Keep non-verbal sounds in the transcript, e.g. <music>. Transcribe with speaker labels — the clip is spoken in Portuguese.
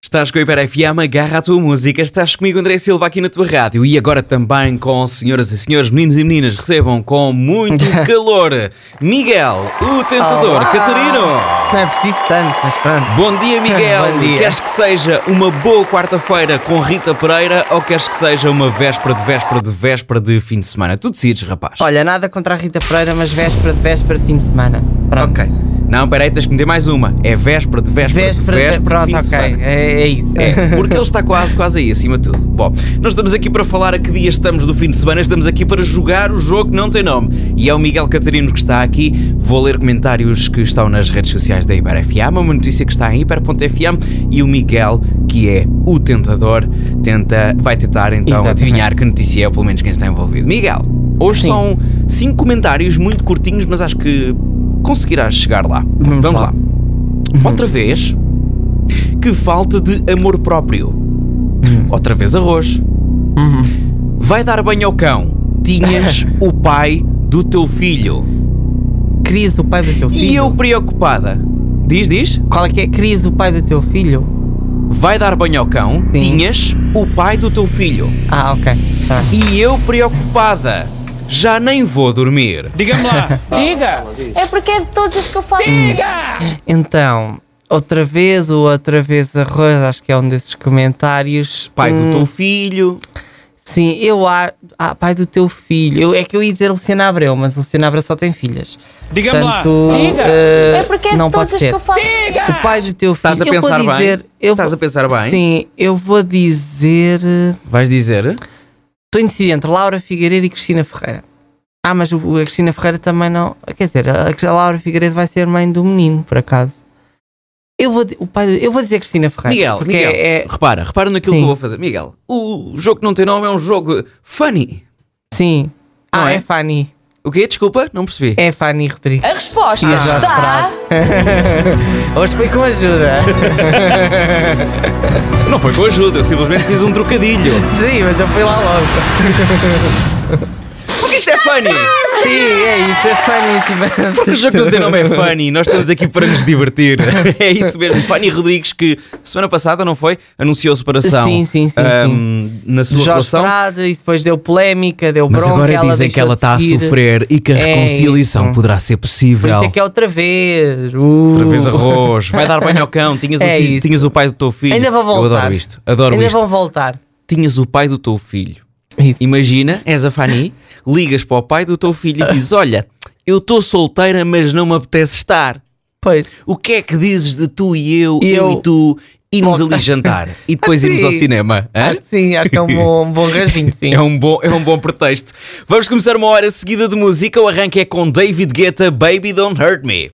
Speaker 1: Estás com a Hiper FM, agarra a tua música. Estás comigo, André Silva, aqui na tua rádio. E agora também com senhoras e senhores, meninos e meninas, recebam com
Speaker 2: <laughs>
Speaker 1: muito calor Miguel, o Tentador
Speaker 2: Olá.
Speaker 1: Catarino.
Speaker 2: Não é preciso tanto, mas pronto.
Speaker 1: Bom dia, Miguel.
Speaker 2: <laughs> Bom dia.
Speaker 1: Queres que seja uma boa quarta-feira com Rita Pereira ou queres que seja uma véspera de véspera de véspera de fim de semana? Tu decides, rapaz.
Speaker 2: Olha, nada contra a Rita Pereira, mas véspera de véspera de fim de semana. Pronto.
Speaker 1: Ok. Não, peraí, tens que meter mais uma. É véspera de véspera, de
Speaker 2: Véspera, de-
Speaker 1: véspera. de
Speaker 2: pronto,
Speaker 1: fim de
Speaker 2: ok.
Speaker 1: semana.
Speaker 2: É, é isso. <laughs>
Speaker 1: É, porque ele está quase, quase aí, acima de tudo. Bom, nós estamos aqui para falar a que dia estamos do fim de semana, estamos aqui para jogar o jogo que não tem nome. E é o Miguel Catarino que está aqui. Vou ler comentários que estão nas redes sociais da IberFM, uma notícia que está em hiper.fm e o Miguel, que é o tentador, tenta, vai tentar então
Speaker 2: Exatamente.
Speaker 1: adivinhar que notícia é, ou pelo menos quem está envolvido. Miguel, hoje
Speaker 2: Sim.
Speaker 1: são cinco comentários muito curtinhos, mas acho que conseguirás chegar lá.
Speaker 2: Vamos lá.
Speaker 1: lá. Outra vez, que falta de amor próprio.
Speaker 2: Hum.
Speaker 1: Outra vez arroz.
Speaker 2: Uhum.
Speaker 1: Vai dar banho ao cão.
Speaker 2: <laughs>
Speaker 1: Tinhas o pai do teu filho.
Speaker 2: Querias o pai do teu filho?
Speaker 1: E eu preocupada. Diz, diz.
Speaker 2: Qual é que é? Querias o pai do teu filho?
Speaker 1: Vai dar banho ao cão.
Speaker 2: Sim.
Speaker 1: Tinhas o pai do teu filho.
Speaker 2: Ah, ok. Tá.
Speaker 1: E eu preocupada. Já nem vou dormir.
Speaker 3: Diga-me lá. Diga.
Speaker 4: É porque é de todos os que eu falo.
Speaker 2: Então, outra vez ou outra vez arroz, acho que é um desses comentários.
Speaker 1: Pai
Speaker 2: Hum,
Speaker 1: do teu filho.
Speaker 2: Sim, eu acho. Ah, pai do teu filho. Eu- é que eu ia dizer Luciana Abreu, mas Luciana Abreu só tem filhas.
Speaker 3: Diga-me lá.
Speaker 2: Portanto,
Speaker 3: Diga.
Speaker 2: eh,
Speaker 4: É porque é
Speaker 2: não
Speaker 4: de
Speaker 2: pode
Speaker 4: todos os que
Speaker 2: ser.
Speaker 4: eu falo.
Speaker 2: O pai do teu filho.
Speaker 1: Estás a
Speaker 2: Eu vou
Speaker 1: pensar bem?
Speaker 2: dizer, Eu
Speaker 1: Estás
Speaker 2: vou-
Speaker 1: a pensar bem?
Speaker 2: Sim, eu vou dizer. Estou
Speaker 1: Vais dizer?
Speaker 2: indeciso entre Laura Figueiredo e Cristina Ferreira. Ah, mas o- a Cristina Ferreira também não. Quer dizer, a, a Laura Figueiredo vai ser mãe do menino, por acaso. Eu vou, di- o pai, do- eu vou dizer Cristina Ferreira.
Speaker 1: Miguel,
Speaker 2: porque
Speaker 1: Miguel,
Speaker 2: É, é-
Speaker 1: repara, repara naquilo
Speaker 2: Sim.
Speaker 1: que eu vou fazer. Miguel, o jogo que não tem nome é um jogo funny.
Speaker 2: sim.
Speaker 1: Não
Speaker 2: ah,
Speaker 1: é?
Speaker 2: é Fanny.
Speaker 1: O quê? Desculpa, não percebi.
Speaker 2: É Fanny Rodrigues.
Speaker 4: A resposta
Speaker 2: Ah, já
Speaker 4: está.
Speaker 2: <laughs> Hoje foi com ajuda.
Speaker 1: Não foi com ajuda, eu simplesmente fiz um trocadilho.
Speaker 2: sim, mas eu fui lá logo.
Speaker 1: Porque isto é funny!
Speaker 2: Sim, é isso, é Fanny.
Speaker 1: Porque o jogo que não tem nome é funny, nós estamos aqui para nos
Speaker 2: <laughs>
Speaker 1: divertir. É isso mesmo. Fanny Rodrigues, que semana passada, não foi? Anunciou separação
Speaker 2: Sim, sim, sim,
Speaker 1: ahm, na sua
Speaker 2: Jorge
Speaker 1: relação.
Speaker 2: Prado, isso depois deu polémica, deu bronca. deixou de
Speaker 1: tá
Speaker 2: seguir.
Speaker 1: e que
Speaker 2: a É reconciliação isso.
Speaker 1: poderá ser
Speaker 2: Por
Speaker 1: possível.
Speaker 2: isso é que é outra vez.
Speaker 1: Outra vez
Speaker 2: Uh.
Speaker 1: arroz, vai dar banho ao cão, tinhas,
Speaker 2: <laughs> É
Speaker 1: o filho-
Speaker 2: isso.
Speaker 1: tinhas o pai do teu filho.
Speaker 2: Ainda vou voltar.
Speaker 1: Eu adoro isto, adoro
Speaker 2: Ainda
Speaker 1: isto.
Speaker 2: vão voltar.
Speaker 1: Tinhas o pai do teu filho.
Speaker 2: Isso.
Speaker 1: Imagina, és a Fanny, ligas para o pai do teu filho e dizes: Olha, eu estou solteira, mas não me apetece estar.
Speaker 2: Pois.
Speaker 1: O que é que dizes de tu e eu,
Speaker 2: E
Speaker 1: eu,
Speaker 2: eu-
Speaker 1: e tu, irmos
Speaker 2: <laughs>
Speaker 1: ali jantar e depois
Speaker 2: Acho
Speaker 1: irmos ao
Speaker 2: sim.
Speaker 1: cinema? hã?
Speaker 2: Acho que sim, acho que é um bom, um bom
Speaker 1: <laughs>
Speaker 2: ranjinho, sim.
Speaker 1: É um, bom, é um bom pretexto. Vamos começar uma hora seguida de música. O arranque é com David Guetta, Baby Don't Hurt Me.